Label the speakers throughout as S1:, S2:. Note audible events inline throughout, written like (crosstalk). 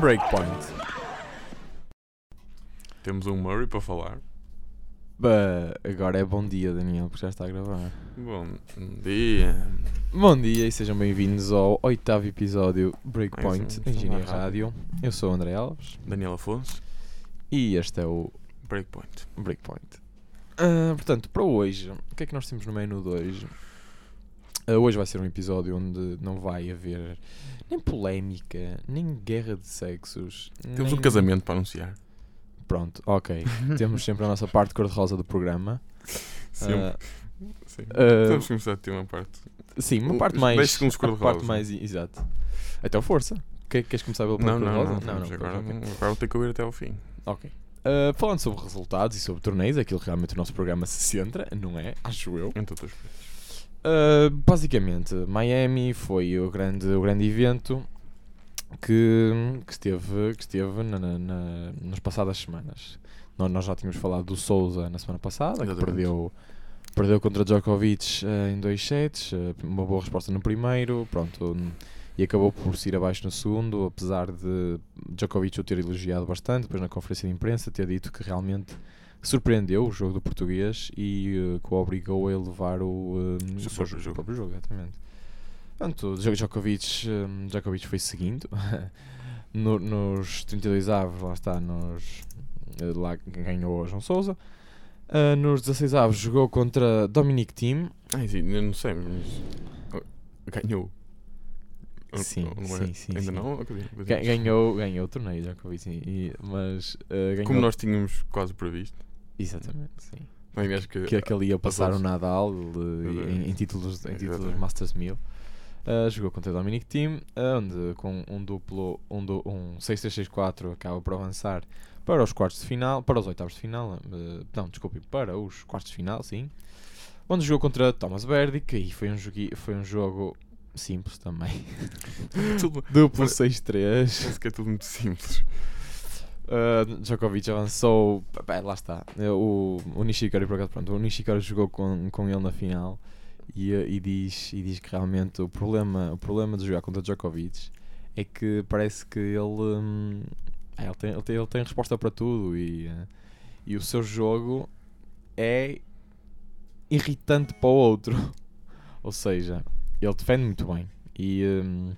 S1: Breakpoint.
S2: Temos um Murray para falar.
S1: Bah, agora é bom dia, Daniel, porque já está a gravar.
S2: Bom um dia.
S1: Bom dia e sejam bem-vindos ao oitavo episódio Breakpoint
S2: Mais um,
S1: Engenharia
S2: está lá
S1: Rádio. Eu sou o André Alves
S2: Daniel Afonso,
S1: e este é o
S2: Breakpoint.
S1: Breakpoint. Ah, portanto, para hoje, o que é que nós temos no menu de hoje? Ah, hoje vai ser um episódio onde não vai haver nem polémica, nem guerra de sexos.
S2: Temos
S1: nem-
S2: um casamento para anunciar.
S1: Ah, Pronto,
S2: (laughs)
S1: ok. Temos sempre a nossa parte cor-de-rosa do programa.
S2: Sempre.
S1: Ah,
S2: sim.
S1: ah,
S2: Temos que começar a ter uma parte.
S1: Sim, uma
S2: Um-
S1: parte
S2: uns
S1: mais.
S2: 10 segundos
S1: uma parte
S2: cor-de-rosa.
S1: mais. Exato. Então, força. Que- Queres começar pelo
S2: Não,
S1: plano
S2: não,
S1: cor-de-rosa?
S2: não. não,
S1: pronto,
S2: agora,
S1: ok.
S2: agora vou ter que ouvir até ao fim.
S1: Ok. Ah, falando sobre resultados e sobre torneios, é aquilo que realmente o nosso programa se centra, não é? Acho eu.
S2: Entre outras coisas.
S1: Ah, basicamente, Miami foi o grande, o grande evento que, que esteve, que esteve na, na- na- nas passadas semanas. Nó- Nós, já tínhamos falado do Souza na semana passada, que
S2: Exatamente.
S1: perdeu, perdeu contra Djokovic ah, em dois sets, ah, uma boa resposta no primeiro, pronto, n- e acabou por se ir abaixo no segundo, apesar de Djokovic o ter elogiado bastante, depois na conferência de imprensa ter dito que realmente surpreendeu o jogo do português e eh, que o obrigou a elevar o, eh,
S2: Seu
S1: seu-
S2: próprio jogo.
S1: o próprio jogo, exatamente. Portanto, Djo- Djokovic, eh, Djokovic foi seguindo (laughs) No- nos 32 avos, lá está, nos, eh, lá ganhou João Souza. Eh, nos 16 avos jogou contra Dominic Thiem,
S2: Ai, sim, eu não sei, mas. ah, Ganhou. Ou-
S1: Sim,
S2: ou não é?
S1: sim, sim,
S2: Ainda
S1: sim.
S2: não? Acabei- acabei-
S1: Ga- ganhou, ganhou o torneio Djokovic, sim, e- mas eh, ganhou...
S2: Como nós tínhamos quase previsto.
S1: Exatamente, sim.
S2: Bem, acho que.
S1: que aquele ia passar o Nadal eh, em, em
S2: Exatamente.
S1: títulos, em títulos
S2: Exatamente.
S1: Masters 1000. Ah, jogou contra o Dominic Team, onde com um duplo, um, du- um 6-3-6-4 acaba por avançar para os quartos de final, para os oitavos de final, eh, não, desculpem, para os quartos de final, sim. Onde jogou contra Thomas Berdick e foi um, jogui, foi um jogo simples também.
S2: (laughs)
S1: (laughs)
S2: Tudo-
S1: Duplo 6-3.
S2: Parece que é tudo muito simples.
S1: Uh, Djokovic avançou. Bem, lá está. Eh, O, o Nishikori, por acaso, pronto, o Nishikori jogou com, com ele na final e, eh, e diz, e diz que realmente o problema, o problema de jogar contra Djokovic é que parece que ele, hum, ah, ele, tem, ele, tem, ele tem resposta para tudo e, eh, e o seu jogo é irritante para o outro. (laughs) Ou seja, ele defende muito bem e. hum,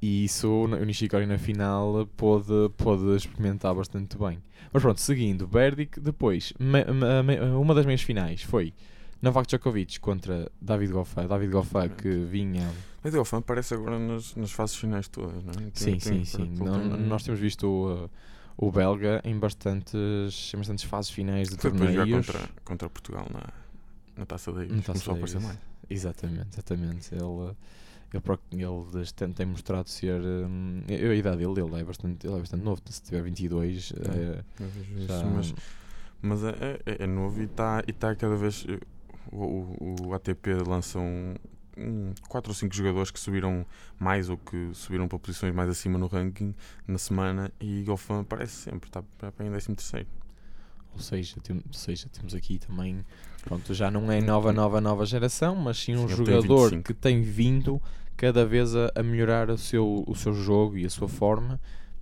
S1: e isso o Nishikori na final pôde, pôde experimentar bastante bem. Mas pronto, seguindo, Berdic, depois, me- me- me- uma das meias finais foi Novak Djokovic contra David Goffin. David Goffin que vinha.
S2: Mas o Alfano aparece agora nas, nas fases finais todas, não é? Tem-
S1: Sim,
S2: tem-
S1: sim, sim.
S2: ele
S1: Nó-
S2: tem-
S1: Nós temos visto uh, o belga em bastantes, em bastantes fases finais de
S2: Foi depois jogar
S1: torneios.
S2: contra, contra Portugal na, na Taça Davis.
S1: Na Taça
S2: Começou a aparecer
S1: Davis.
S2: mais.
S1: Exatamente, exatamente. Ele, ele, pro- ele das- tem, tem mostrado ser. hum, eu- a idade dele, ele é bastante, ele é bastante novo. Se tiver 22,
S2: É.
S1: eh,
S2: Eu vejo
S1: já-
S2: isso, mas mas é, é- é novo e está e tá cada vez... O, o, o ATP lança um, um, 4 ou 5 jogadores que subiram mais ou que subiram para posições mais acima no ranking na semana e Golfan aparece sempre, tá, está em 13º.
S1: Ou seja, tem- ou seja, temos aqui também, pronto, já não é nova, nova, nova geração, mas sim um
S2: Sim, ele tem
S1: jogador
S2: 25.
S1: que tem vindo cada vez a, a melhorar o seu, o seu jogo e a sua forma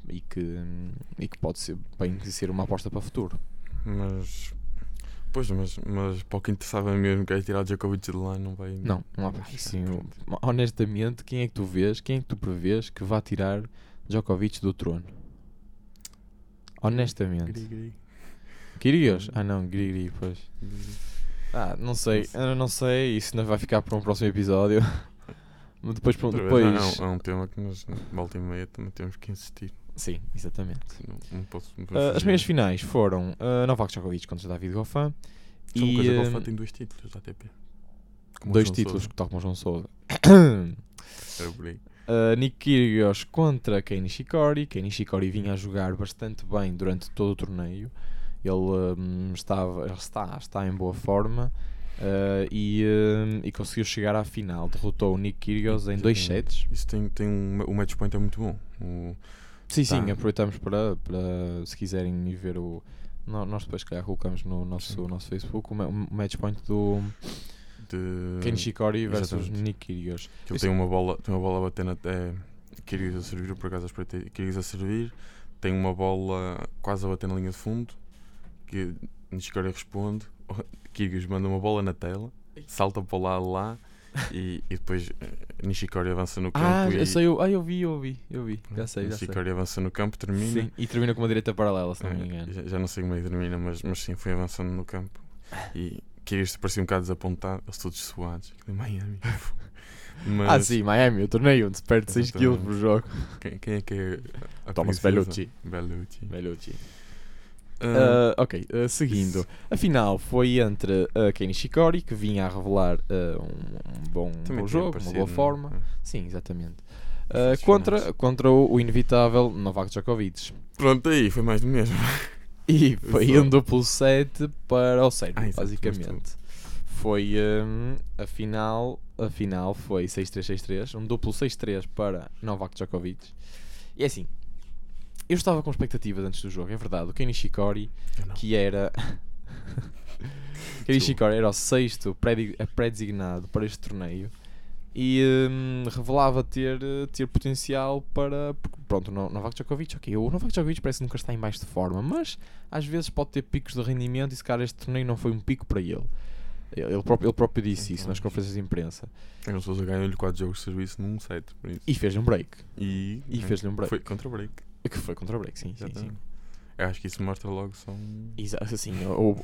S1: e que, hum, e que pode ser, bem que ser uma aposta para o futuro.
S2: Mas... Pois, mas, mas para o que interessava mesmo que é tirar o Djokovic de lá não vai...
S1: Não, não há pá, assim, eu- honestamente, quem é que tu vês, quem é que tu prevês que vá tirar Djokovic do trono? Honestamente.
S2: Gri,
S1: Quirias? Ah não, gri, gri, pois.
S2: gri.
S1: Ah, não sei,
S2: sei.
S1: eu não sei, isso não vai ficar para um próximo episódio. (laughs) Mas depois, pronto,
S2: Outra
S1: depois.
S2: vez, é, um, é um tema que nós, volta e meia, também temos que insistir.
S1: Sim, exatamente.
S2: Não, não posso, não posso
S1: Ah, as
S2: fazer-
S1: meias finais foram ah, Novak Djokovic contra David Goffin
S2: Só uma
S1: e
S2: coisa,
S1: ah,
S2: Golfan tem dois títulos da ATP. Como É
S1: dois
S2: João
S1: títulos
S2: Sousa.
S1: que tocam João Souza. (coughs)
S2: Era por aí.
S1: Uh, Nick Kyrgios contra Kei Nishikori. Kei Nishikori vinha a jogar bastante bem durante todo o torneio Ele hum, estava, está, está em boa forma eh, e, hum, e conseguiu chegar à final. Derrotou o Nick Kyrgios em dois
S2: Exatamente.
S1: sets.
S2: Isso tem, tem um, o match point é muito bom. O-
S1: Sim, sim,
S2: Tá.
S1: aproveitamos para, para se quiserem ir ver o. no- Nós depois, se calhar, colocamos no nosso,
S2: Sim.
S1: nosso Facebook o, ma- o match point do
S2: de,
S1: Kenichi Kori versus
S2: exatamente.
S1: Nick Kyrgios.
S2: que ele
S1: Isso-
S2: tem uma bola, tem uma bola batendo até. Querias a servir, eu por acaso espreitei. Querias a servir, tem uma bola quase a bater na linha de fundo. Que Nishikori responde. (laughs) Kyrgios manda uma bola na tela, salta para o lado lá e, e depois eh, Nishikori avança no campo.
S1: Ah,
S2: e,
S1: eu sei, eu, ah, eu vi, eu vi, eu vi. Já sei, já sei.
S2: Nishikori avança no campo, termina.
S1: Sim, e termina com uma direita paralela, se não me
S2: Eh,
S1: engano.
S2: Já, já não sei como é que termina, mas, mas sim, foi avançando no campo. E Kyrgios parecia um bocado desapontado, eles todos suados. aquilo em Miami. (laughs) Mas
S1: Ah, sim, Miami, o torneio onde se perde 6 kg por
S2: Exatamente.
S1: jogo.
S2: Quem, quem é que é a
S1: Thomas
S2: princesa?
S1: Bellucci.
S2: Bellucci.
S1: Bellucci.
S2: Ah,
S1: Ah, ok, ah, seguindo. A final foi entre ah, Kenichi Kori, que vinha a revelar ah, um, um bom, um
S2: também
S1: bom
S2: tinha
S1: jogo, uma
S2: aparecido,
S1: boa
S2: não é?
S1: forma.
S2: Ah.
S1: Sim, exatamente.
S2: Foi
S1: Uh,
S2: assim.
S1: contra contra o, o inevitável Novak Djokovic.
S2: Pronto, aí foi mais do mesmo.
S1: E foi
S2: Exato.
S1: um duplo 7 para o Sérvio,
S2: Ah, exato,
S1: basicamente. Foi hum, a final, a final foi 6-3-6-3, um duplo 6-3 para Novak Djokovic. E é assim, eu estava com expectativas antes do jogo, é verdade. O Kenichi Kori,
S2: Eu não.
S1: que era (laughs) Kenichi Kori era o sexto predi- a pré-designado para este torneio e hum, revelava ter, eh, ter potencial para porque, pronto, no- Novak Djokovic, ok, o Novak Djokovic parece que nunca estar em baixo de forma, mas às vezes pode ter picos de rendimento e se calhar este torneio não foi um pico para ele. Ele ele próprio, ele próprio disse
S2: Então,
S1: isso nas conferências de imprensa
S2: Eu não sou ganhou-lhe 4 jogos de serviço num set, por isso.
S1: e fez-lhe um break.
S2: E,
S1: E
S2: ah,
S1: fez-lhe um break.
S2: Foi contra o break.
S1: Que foi contra o break, sim, sim, sim.
S2: exatamente. Eu acho que isso mostra logo só um.
S1: Exa- assim, o,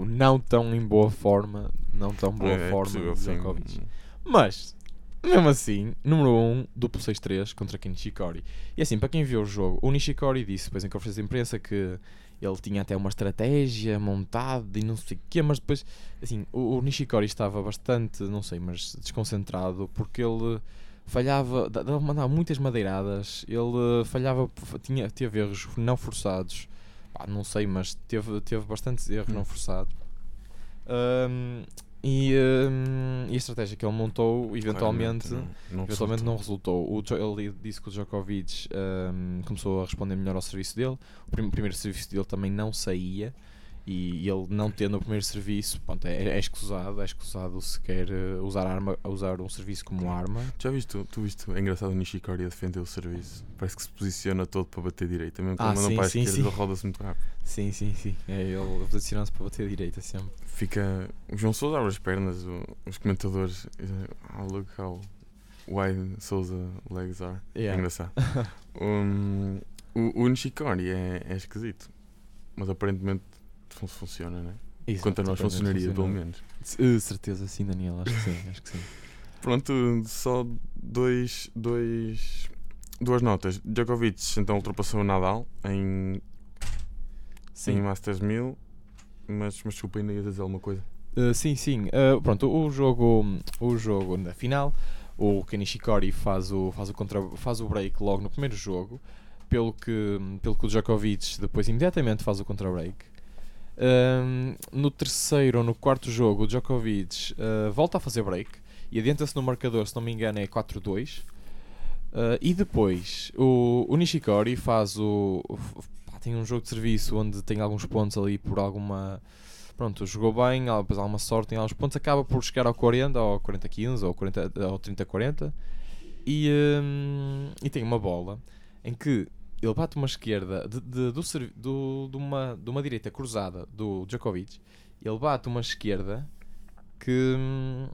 S1: o não tão em boa forma, não tão boa
S2: É, é
S1: forma
S2: possível,
S1: de
S2: sim,
S1: Djokovic.
S2: um-
S1: Mas, mesmo assim, número 1, um, duplo 6-3 contra Ken Nishikori. E assim, para quem viu o jogo, o Nishikori disse depois em conferência de imprensa que ele tinha até uma estratégia montada e não sei o quê, mas depois, assim, o, o Nishikori estava bastante, não sei, mas desconcentrado porque ele falhava, da- dava- mandava muitas madeiradas, ele falhava, tinha, teve erros não forçados, Pá, não sei, mas teve, teve bastantes erros
S2: Hum.
S1: não forçados. Ahm, e, ahm, e a estratégia que ele montou eventualmente,
S2: claramente não, não
S1: eventualmente não
S2: resultou.
S1: resultou. O, Djo- ele disse que o Djokovic ahm, começou a responder melhor ao serviço dele. O prim- primeiro serviço dele também não saía. E ele não tendo o primeiro serviço, pronto, é, é escusado, é escusado se quer eh, usar, arma, usar um serviço como arma.
S2: Já viste, tu- tu viste, é engraçado o Nishikori a defender o serviço. Parece que se posiciona todo para bater direito. Mesmo quando
S1: Ah,
S2: mandam
S1: sim,
S2: para a
S1: sim,
S2: esquerda,
S1: sim.
S2: ele roda-se muito rápido.
S1: Sim, sim, sim. É, ele posicionou-se para bater a direita sempre.
S2: Fica. O João Souza abre as pernas, o- os comentadores. dizem, Oh, look how wide Souza legs are. É
S1: Yeah. (laughs)
S2: engraçado. Um, o, o Nishikori é, é esquisito. Mas aparentemente fun- funciona, né?
S1: Exato,
S2: Quanto a nós
S1: totalmente
S2: funcionaria, pelo
S1: funcionou.
S2: menos.
S1: Eh, certeza, sim, Daniel, acho que sim, acho que sim.
S2: Pronto, só dois, dois, duas notas. Djokovic então ultrapassou o Nadal em, em
S1: Sim,
S2: Masters 1000, mas, mas desculpa, ainda ia dizer alguma coisa.
S1: Uh, sim, sim. Uh, pronto, o jogo, o jogo na final, o Kanishikori faz o, faz, o contra, faz o break logo no primeiro jogo, pelo que, pelo que o Djokovic depois imediatamente faz o contra-break. Um, no terceiro ou no quarto jogo, o Djokovic uh, volta a fazer break e adianta-se no marcador, se não me engano, é 4-2. Uh, e depois o, o Nishikori faz o. o- pá, tem um jogo de serviço onde tem alguns pontos ali por alguma pronto, jogou bem, há- depois há uma sorte em alguns pontos, acaba por chegar ao 40, ou 40-15, ou 40, ao 30-40, e, hum, e tem uma bola em que ele bate uma esquerda de, de- do, servi- do- de uma, de uma direita cruzada do Djokovic, ele bate uma esquerda que, hum,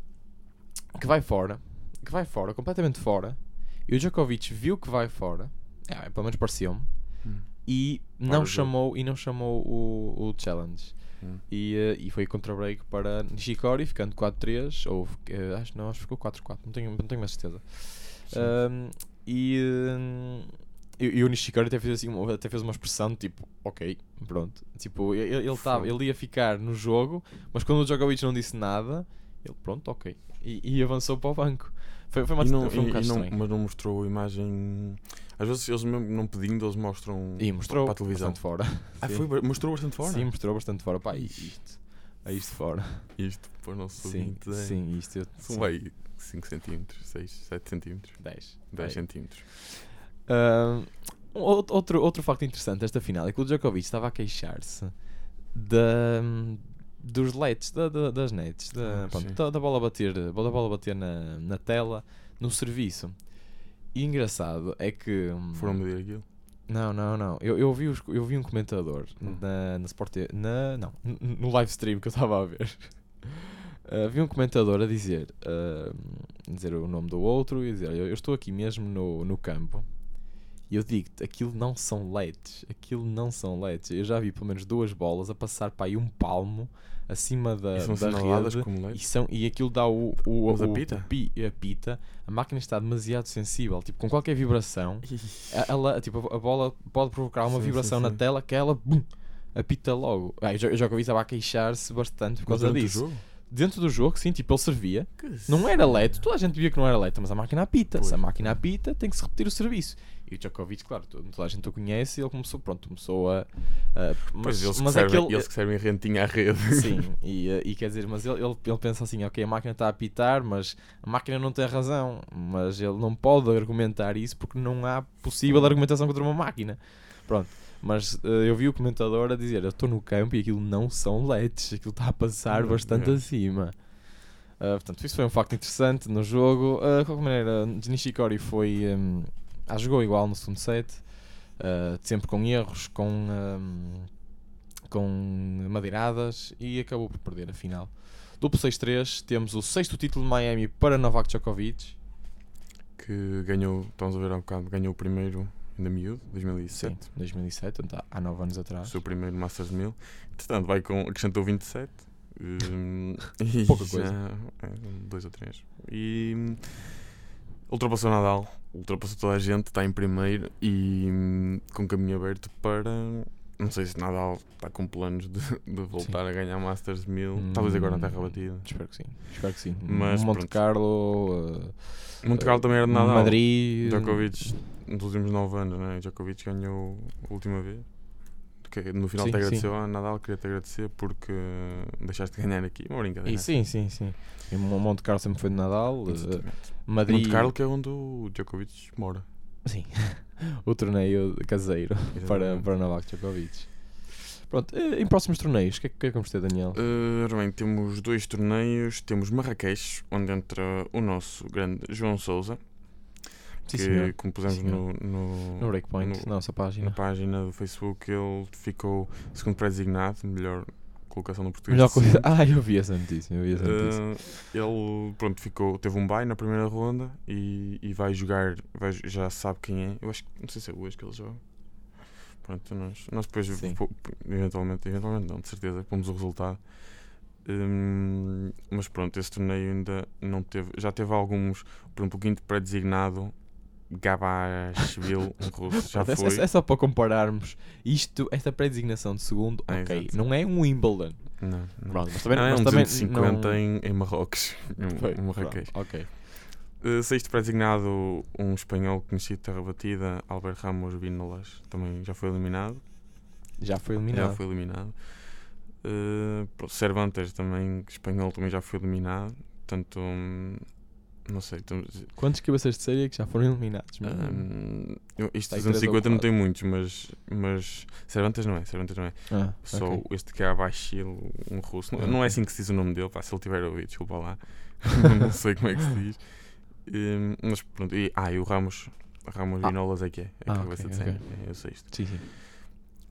S1: que vai fora, que vai fora, completamente fora, e o Djokovic viu que vai fora, é, pelo menos pareceu-me,
S2: Hum.
S1: e
S2: Para
S1: não
S2: o jogo.
S1: chamou, e não chamou o, o challenge.
S2: Hum.
S1: E, eh, e foi contra-break para Nishikori, ficando 4-3, ou eh, acho não, acho que ficou 4-4, não tenho, não tenho mais certeza.
S2: Sim.
S1: Ahm, e, hum, e, e o Nishikori até fez, assim, uma- até fez uma expressão tipo, ok, pronto. Tipo, ele, ele, tava,
S2: Fogo.
S1: ele ia ficar no jogo, mas quando o Djokovic não disse nada, ele, pronto, ok. E, e avançou para o banco. Foi, foi uma
S2: E não-
S1: foi um
S2: e-
S1: bocado
S2: e não-
S1: estranho.
S2: mas não mostrou a imagem. Às vezes eles mesmo não pedindo, eles mostram.
S1: E mostrou
S2: para a televisão.
S1: bastante fora.
S2: Ah,
S1: sim.
S2: foi, mostrou bastante fora.
S1: Sim, mostrou bastante fora. Pá, isto. É isto fora.
S2: Isto para os nossos
S1: Sim,
S2: ouvintes é-
S1: sim, isto. eu-
S2: São aí 5 centímetros, 6, 7 centímetros,
S1: 10.
S2: 10 centímetros.
S1: Ah, um ou- outro, outro facto interessante desta final é que o Djokovic estava a queixar-se da, dos LEDs, da- da- das nets, da,
S2: Ah,
S1: pronto,
S2: sim.
S1: da, da bola bater, da bola bater na, na tela, no serviço. E engraçado é que. hum,
S2: Foram medir aquilo?
S1: Não, não, não. Eu, eu, vi, os- eu vi um comentador
S2: Hum.
S1: na, na Sport TV, na, não, n- n- no live stream que eu estava a ver. (laughs) Ah, vi um comentador a dizer, ah, dizer o nome do outro e dizer: Eu, eu estou aqui mesmo no, no campo e eu digo-te, aquilo não são LEDs. Aquilo não são LEDs. Eu já vi pelo menos duas bolas a passar para aí um palmo acima da,
S2: e são
S1: Ah, da
S2: sinaladas
S1: rede.
S2: como
S1: E,
S2: leite?
S1: são, e aquilo dá o, o,
S2: Mas
S1: o,
S2: apita?
S1: pi- apita. A máquina está demasiado sensível. Tipo, com qualquer vibração, a- ela, tipo, a bola pode provocar uma
S2: Sim,
S1: vibração
S2: sim,
S1: na
S2: sim.
S1: tela que ela bum, apita logo. Ah, eu já- eu já ouvi estava a queixar-se bastante por
S2: Mas
S1: causa
S2: durante o
S1: disso.
S2: jogo?
S1: Dentro do jogo, sim, tipo, ele servia. Não era LED, toda a gente via que não era LED, mas a máquina apita. Se a
S2: Pois.
S1: máquina apita, tem que se repetir o serviço. E o Djokovic, claro, to- toda a gente o conhece e ele começou, pronto, começou a. a-
S2: Pois eles,
S1: mas
S2: que servem,
S1: aquele-
S2: eles que servem rentinha à rede.
S1: Sim, e, eh, e quer dizer, mas ele, ele, ele pensa assim, ok, a máquina está a apitar, mas a máquina não tem razão, mas ele não pode argumentar isso porque não há possível argumentação contra uma máquina. Pronto, mas eh, eu vi o comentador a dizer, eu estou no campo e aquilo não são LEDs, aquilo está a passar
S2: Hum,
S1: bastante
S2: é.
S1: acima. Ah, portanto, isso foi um facto interessante no jogo. Ah, de qualquer maneira, Nishikori foi. hum, ah, jogou igual no segundo set, ah, sempre com erros, com, hum, com madeiradas e acabou por perder a final. Duplo 6-3, temos o sexto título de Miami para Novak Djokovic.
S2: (laughs) Que ganhou, estamos a ver há bocado, ganhou o primeiro, ainda miúdo,
S1: Sim,
S2: 2007.
S1: 2007, portanto, há 9 anos
S2: O
S1: atrás.
S2: seu primeiro Masters 1000. Portanto, vai com, acrescentou 27.
S1: (laughs)
S2: hum, e
S1: Pouca coisa.
S2: já- é, dois ou três. E hum, ultrapassou Nadal, ultrapassou toda a gente, está em primeiro e hum, com caminho aberto para. Não sei se Nadal está com planos de, (laughs) de voltar a ganhar Masters 1000. Talvez agora na
S1: Hum.
S2: Terra Batida.
S1: Espero que sim, espero que sim.
S2: Mas
S1: Monte
S2: pronto.
S1: Carlo, ah,
S2: Montreal também era de Nadal.
S1: Madrid.
S2: Djokovic, nos últimos 9 anos, né? Djokovic ganhou a última vez. Que é, No final
S1: Sim,
S2: te
S1: sim.
S2: agradeceu a Nadal, queria te agradecer porque deixaste de ganhar aqui. Uma brincadeira.
S1: E sim, sim, sim. E Mon- Monte Carlo sempre foi de Nadal. eh,
S2: Exatamente.
S1: Madrid.
S2: Monte Carlo, que é onde o Djokovic mora.
S1: Sim. o torneio caseiro (laughs) para,
S2: Exatamente.
S1: para Novak Djokovic. Pronto, eh, em próximos torneios, o que, é que o que é que vamos ter, Daniel?
S2: Uh, ora bem, temos dois torneios. Temos Marrakech, onde entra o nosso grande João Souza,
S1: Sim,
S2: que
S1: senhor.
S2: como pusemos
S1: Sim, senhor.
S2: no, no-
S1: No Breakpoint,
S2: no-
S1: na nossa página.
S2: na página do Facebook, ele ficou segundo pré-designado, melhor colocação do
S1: (laughs)
S2: português.
S1: Melhor
S2: de
S1: coisa.
S2: sempre.
S1: Ah, eu vi essa notícia. Eu vi essa notícia.
S2: Uh, ele pronto ficou teve um bye na primeira ronda e, e vai jogar vai, jo- já sabe quem é eu acho que não sei se é hoje que ele joga pronto nós, nós depois
S1: Sim.
S2: po- eventualmente eventualmente não de certeza pomos o resultado Hum, mas pronto esse torneio ainda não teve já teve alguns por exemplo o quinto pré-designado Gabashvili um russo
S1: (laughs)
S2: já
S1: Pronto, é-
S2: foi
S1: é, é só para compararmos isto, esta pré-designação de segundo,
S2: Ah,
S1: ok,
S2: exato.
S1: não é um Wimbledon.
S2: não, não.
S1: Pronto, mas também,
S2: Não, é
S1: mas
S2: um
S1: também
S2: 250
S1: não...
S2: em, um em Marrocos em-
S1: Foi,
S2: em Marrakech
S1: pronto, Ok.
S2: Uh, Sexto pré-designado, um espanhol conhecido de terra batida, Albert Ramos Vinolas, também já foi eliminado.
S1: Já foi eliminado.
S2: Já foi eliminado. Uh, pronto, Cervantes, também espanhol, também já foi eliminado. Portanto, hum, não sei. Estamos,
S1: Quantos cabeças de série é que já foram eliminados? meu?
S2: hum, eu- isto
S1: Tem três ou
S2: 250 não
S1: quatro.
S2: tem muitos, mas, mas Cervantes não é. Cervantes não é.
S1: Ah,
S2: Só
S1: ok.
S2: este que é Abashil, um russo. Não, não é assim que se diz o nome dele, pá, se ele tiver ouvido,
S1: (laughs)
S2: desculpa lá. não sei como é que se diz. Hum, mas pronto, e, ah, e o Ramos, Ramos
S1: Ah.
S2: Vinolas é que é, é que
S1: Ah,
S2: a
S1: ok,
S2: cabeça de
S1: ok.
S2: senha, é, eu sei isto.
S1: Sim, sim.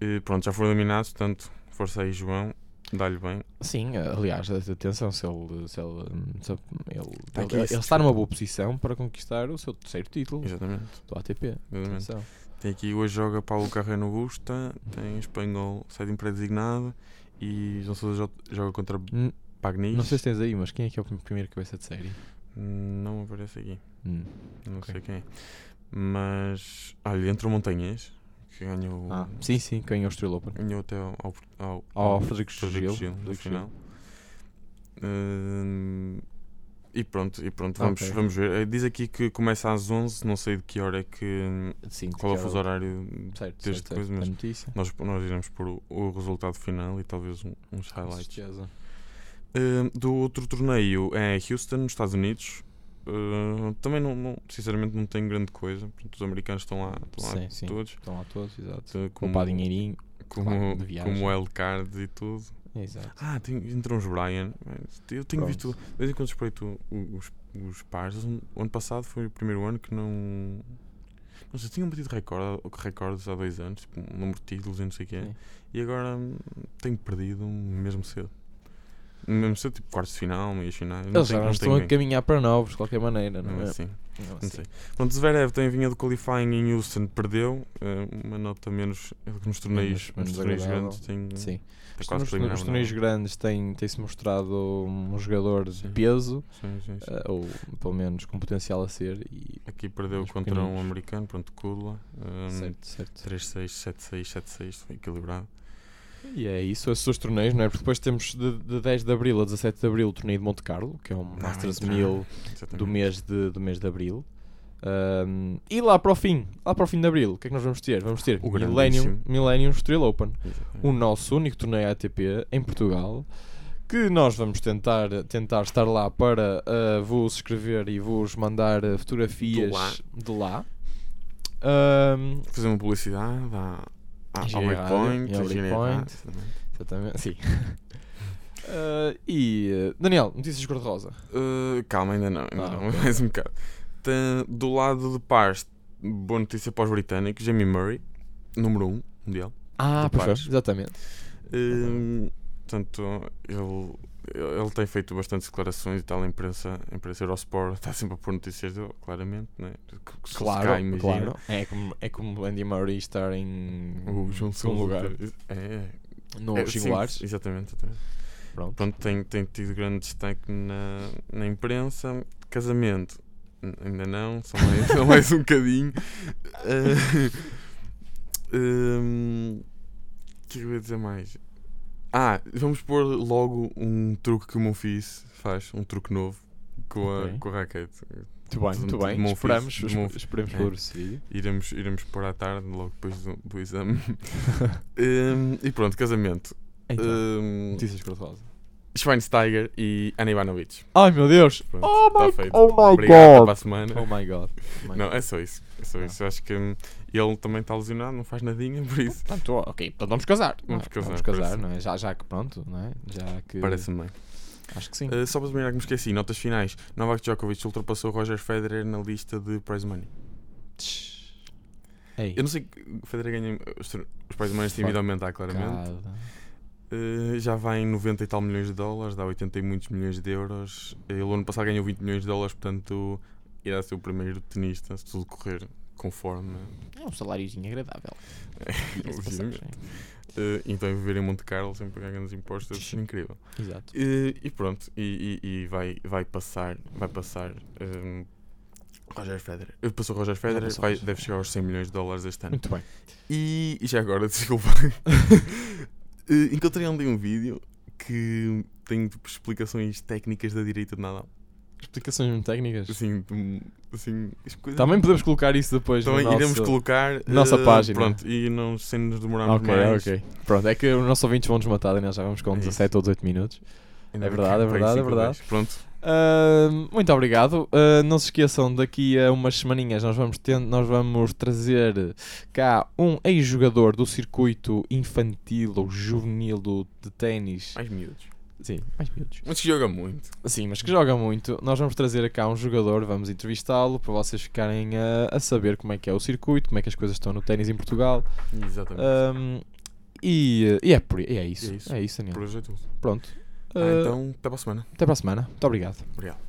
S2: E, pronto, já foram eliminados, portanto, força aí, João, dá-lhe bem.
S1: Sim, eh, aliás, a- atenção, se ele, se ele, hum, se ele, ele-
S2: Tá aqui
S1: ele-
S2: esse
S1: ele está numa boa posição para conquistar o seu terceiro título
S2: Exatamente,
S1: do ATP.
S2: exatamente.
S1: Atenção.
S2: Tem aqui, hoje joga Paulo Carreno Augusta, tem espanhol, sai de pré-designado e João Sousa jo- joga contra
S1: Hum,
S2: Pagnis.
S1: Não sei se tens aí, mas quem é que é o prim- primeiro cabeça de série?
S2: Não aparece aqui.
S1: Hum.
S2: Não
S1: Ok.
S2: sei quem é. Mas. Olha, entre o Montanhês, que ganhou.
S1: Ah, sim, sim, quem é o Estrela Open?
S2: Ganhou até ao. ao, ao,
S1: Ao Frederico
S2: Frederico
S1: Gil.
S2: Gil, no
S1: Frederico Gil.
S2: final. Hum, E pronto, e pronto,
S1: Ah,
S2: vamos,
S1: ok.
S2: vamos ver. Eh, Diz aqui que começa às 11, não sei de que hora é que.
S1: Sim,
S2: Qual é o
S1: que
S2: fuso
S1: era
S2: horário?
S1: Certo,
S2: deste
S1: certo,
S2: coisa,
S1: certo.
S2: mas-
S1: A notícia.
S2: Nós, nós iremos pôr o, o resultado final e talvez um- uns
S1: Com
S2: highlights.
S1: certeza.
S2: Eh, do outro torneio é Houston, nos Estados Unidos. Eh, também, não, não- sinceramente, não tem grande coisa. Portanto, os americanos estão lá, estão lá
S1: Sim, sim.
S2: todos.
S1: Estão lá todos, exato.
S2: Eh, Como,
S1: Poupar dinheirinho.
S2: como,
S1: claro, de viagem.
S2: como wildcard e tudo.
S1: Exato.
S2: Ah, tem, entram os Brian. Mas Eu tenho
S1: Pronto.
S2: visto, de vez em quando espreito o- os, os pares. O ano passado foi o primeiro ano que não. Não sei, tinham batido recorde, recordes há dois anos, tipo, um número de títulos e não sei o quê.
S1: Sim.
S2: E agora hum, tenho perdido mesmo cedo. Mesmo cedo, tipo quartos de final, meias finais. Não
S1: Eles
S2: tem-
S1: já
S2: não tem
S1: estão a
S2: ninguém.
S1: caminhar para novos, de qualquer maneira, não,
S2: Não,
S1: é?
S2: Sim,
S1: Não,
S2: não
S1: assim.
S2: sei. Pronto, Zverev tem vinha do qualifying em Houston, perdeu. eh, uma nota menos. Ele que nos torneios,
S1: menos
S2: nos torneios
S1: agradável.
S2: grandes tem.
S1: Sim.
S2: tem
S1: Os,
S2: quase
S1: torneios-
S2: preliminares,
S1: os torneios
S2: não.
S1: grandes têm, se mostrado um jogador de
S2: Sim.
S1: peso,
S2: Sim, sim, sim.
S1: eh, ou pelo menos com potencial a ser. E,
S2: Aqui perdeu
S1: Uns
S2: contra um
S1: pequeninos.
S2: americano, pronto, Kudla. Um,
S1: certo, certo.
S2: 3-6, 7-6, 7-6, foi equilibrado.
S1: E é isso, esses são os torneios, não é? Porque depois temos de, de 10 de abril a 17 de abril o torneio de Monte Carlo, que é um Masters
S2: então,
S1: 1000
S2: Exatamente.
S1: do mês de, do mês de abril. Ahm, e lá para o fim, lá para o fim de abril, o que é que nós vamos ter? Vamos ter
S2: O
S1: Millennium,
S2: grandíssimo.
S1: Millennium Estoril Open.
S2: Exatamente.
S1: o nosso único torneio ATP em Portugal que nós vamos tentar, tentar estar lá para ah, vos escrever e vos mandar ah, fotografias de lá. Ahm,
S2: Fazer uma publicidade à, à,
S1: Gira
S2: ao
S1: rádio,
S2: Waypoint,
S1: e ao
S2: à Gira
S1: Waypoint.
S2: rádio, ah, exatamente.
S1: exatamente, (laughs) sim. Ah, e ah, Daniel, notícias de cor-de-rosa.
S2: Uh, calma, ainda não, ainda
S1: Ah,
S2: não, (laughs)
S1: ok.
S2: mais um bocado. Tem- do lado de pares, boa notícia para os britânicos, Jamie Murray, número 1 um, mundial.
S1: Ah,
S2: De
S1: pois foi,
S2: pares.
S1: exatamente.
S2: Hum, Portanto, ele, ele ele tem feito bastantes declarações e tal, a imprensa, a imprensa Eurosport está sempre a pôr notícias dele, claramente, né? Que- que se
S1: Claro,
S2: cai, imagina.
S1: claro. É como, é como Andy Murray estar em
S2: O João
S1: um
S2: Sousa
S1: lugar
S2: É, é,
S1: no
S2: é, sim,
S1: singulares.
S2: exatamente. exatamente.
S1: Pronto.
S2: Pronto, tem, tem tido grande destaque na, na imprensa. Casamento, n- ainda não, só mais, (laughs) só mais um bocadinho. Eh, (laughs) Ah, hum, O que é que eu ia dizer mais? Ah, vamos pôr logo um truque que o meu fiz faz, um truque novo com a,
S1: Ok.
S2: com a raquete.
S1: Muito bem, muito
S2: de
S1: bem.
S2: Monfils,
S1: Esperamos,
S2: de
S1: esp-
S2: Monfils.
S1: esperemos
S2: É.
S1: por esse vídeo.
S2: Iremos, iremos pôr à tarde, logo depois do, do exame. (laughs) Hum, e pronto, casamento.
S1: Então,
S2: Hum,
S1: notícias de cor-de-rosa.
S2: Schweinsteiger e Ana Ivanovic.
S1: Ai meu Deus!
S2: Pronto,
S1: Oh
S2: tá
S1: my-
S2: feito.
S1: oh my
S2: Obrigado,
S1: God.
S2: Para a semana.
S1: Oh my god.
S2: Não, é só isso. É só isso. Eu acho que hum, ele também está lesionado, não faz nadinha, (laughs) por isso.
S1: Portanto, ó, ok, portanto vamos casar. não
S2: Vamos
S1: é?
S2: casar,
S1: Vamos
S2: assim.
S1: casar,
S2: parece-me.
S1: não é? Já, já que pronto, não é? Já que.
S2: Parece-me bem.
S1: Acho que sim.
S2: Ah, só para terminar que me esqueci, notas finais. Novak Djokovic ultrapassou Roger Federer na lista de prize money.
S1: Tch. Ei,
S2: Eh, Eu não sei que o Federer ganha os, tur- os prize money têm
S1: Fuck.
S2: vindo a aumentar, claramente.
S1: cara.
S2: Ah, já vai em 90 e tal milhões de dólares, dá 80 e muitos milhões de euros. Ele ano passado ganhou 20 milhões de dólares, portanto irá ser o primeiro tenista, se tudo correr conforme.
S1: É um saláriozinho agradável.
S2: É,
S1: diga-se de
S2: obviamente.
S1: passagem.
S2: Ah, então viver em Monte Carlo sem pagar grandes impostos
S1: (laughs)
S2: deve ser incrível.
S1: Exato.
S2: E, e pronto, e, e- e vai, vai passar, vai passar hum, Roger Federer. Eh, Passou Roger Federer,
S1: passou
S2: vai-
S1: Roger
S2: deve chegar aos 100 milhões de dólares este ano.
S1: Muito bem.
S2: E, e já agora,
S1: (laughs)
S2: (laughs) desculpa, Eh, encontrei ontem um vídeo que tem tipo, explicações técnicas da direita de Nadal.
S1: Explicações muito técnicas.
S2: Assim, de um- assim as coisas-
S1: Também podemos colocar isso depois
S2: Também
S1: Tá, no nosso...
S2: iremos colocar
S1: nossa
S2: eh,
S1: página.
S2: Pronto, e não, sem nos demorarmos
S1: Ok,
S2: mais.
S1: ok. Pronto, é que os nossos ouvintes vão nos matar, Daniel. Já vamos com
S2: É isso.
S1: 17 ou 18 minutos.
S2: Ainda
S1: É
S2: bem que
S1: verdade, é
S2: vai
S1: verdade, é
S2: cinco a
S1: verdade.
S2: dois. Pronto.
S1: Ahm, muito obrigado. Ah, não se esqueçam, daqui a umas semaninhas nós vamos, ten- nós vamos trazer cá um ex-jogador do circuito infantil ou juvenil do, de ténis.
S2: Mais miúdos.
S1: Sim, mais miúdos.
S2: Mas que joga muito.
S1: Sim, mas que joga muito. Nós vamos trazer cá um jogador, vamos entrevistá-lo para vocês ficarem a, a saber como é que é o circuito, como é que as coisas estão no ténis em Portugal.
S2: Exatamente.
S1: Ahm, e, e é, por, e é isso.
S2: E é isso.
S1: É isso, Daniel.
S2: Por hoje é tudo.
S1: Pronto.
S2: Ah,
S1: Ah,
S2: então, até para a semana.
S1: Até para a semana. Muito obrigado.
S2: Obrigado.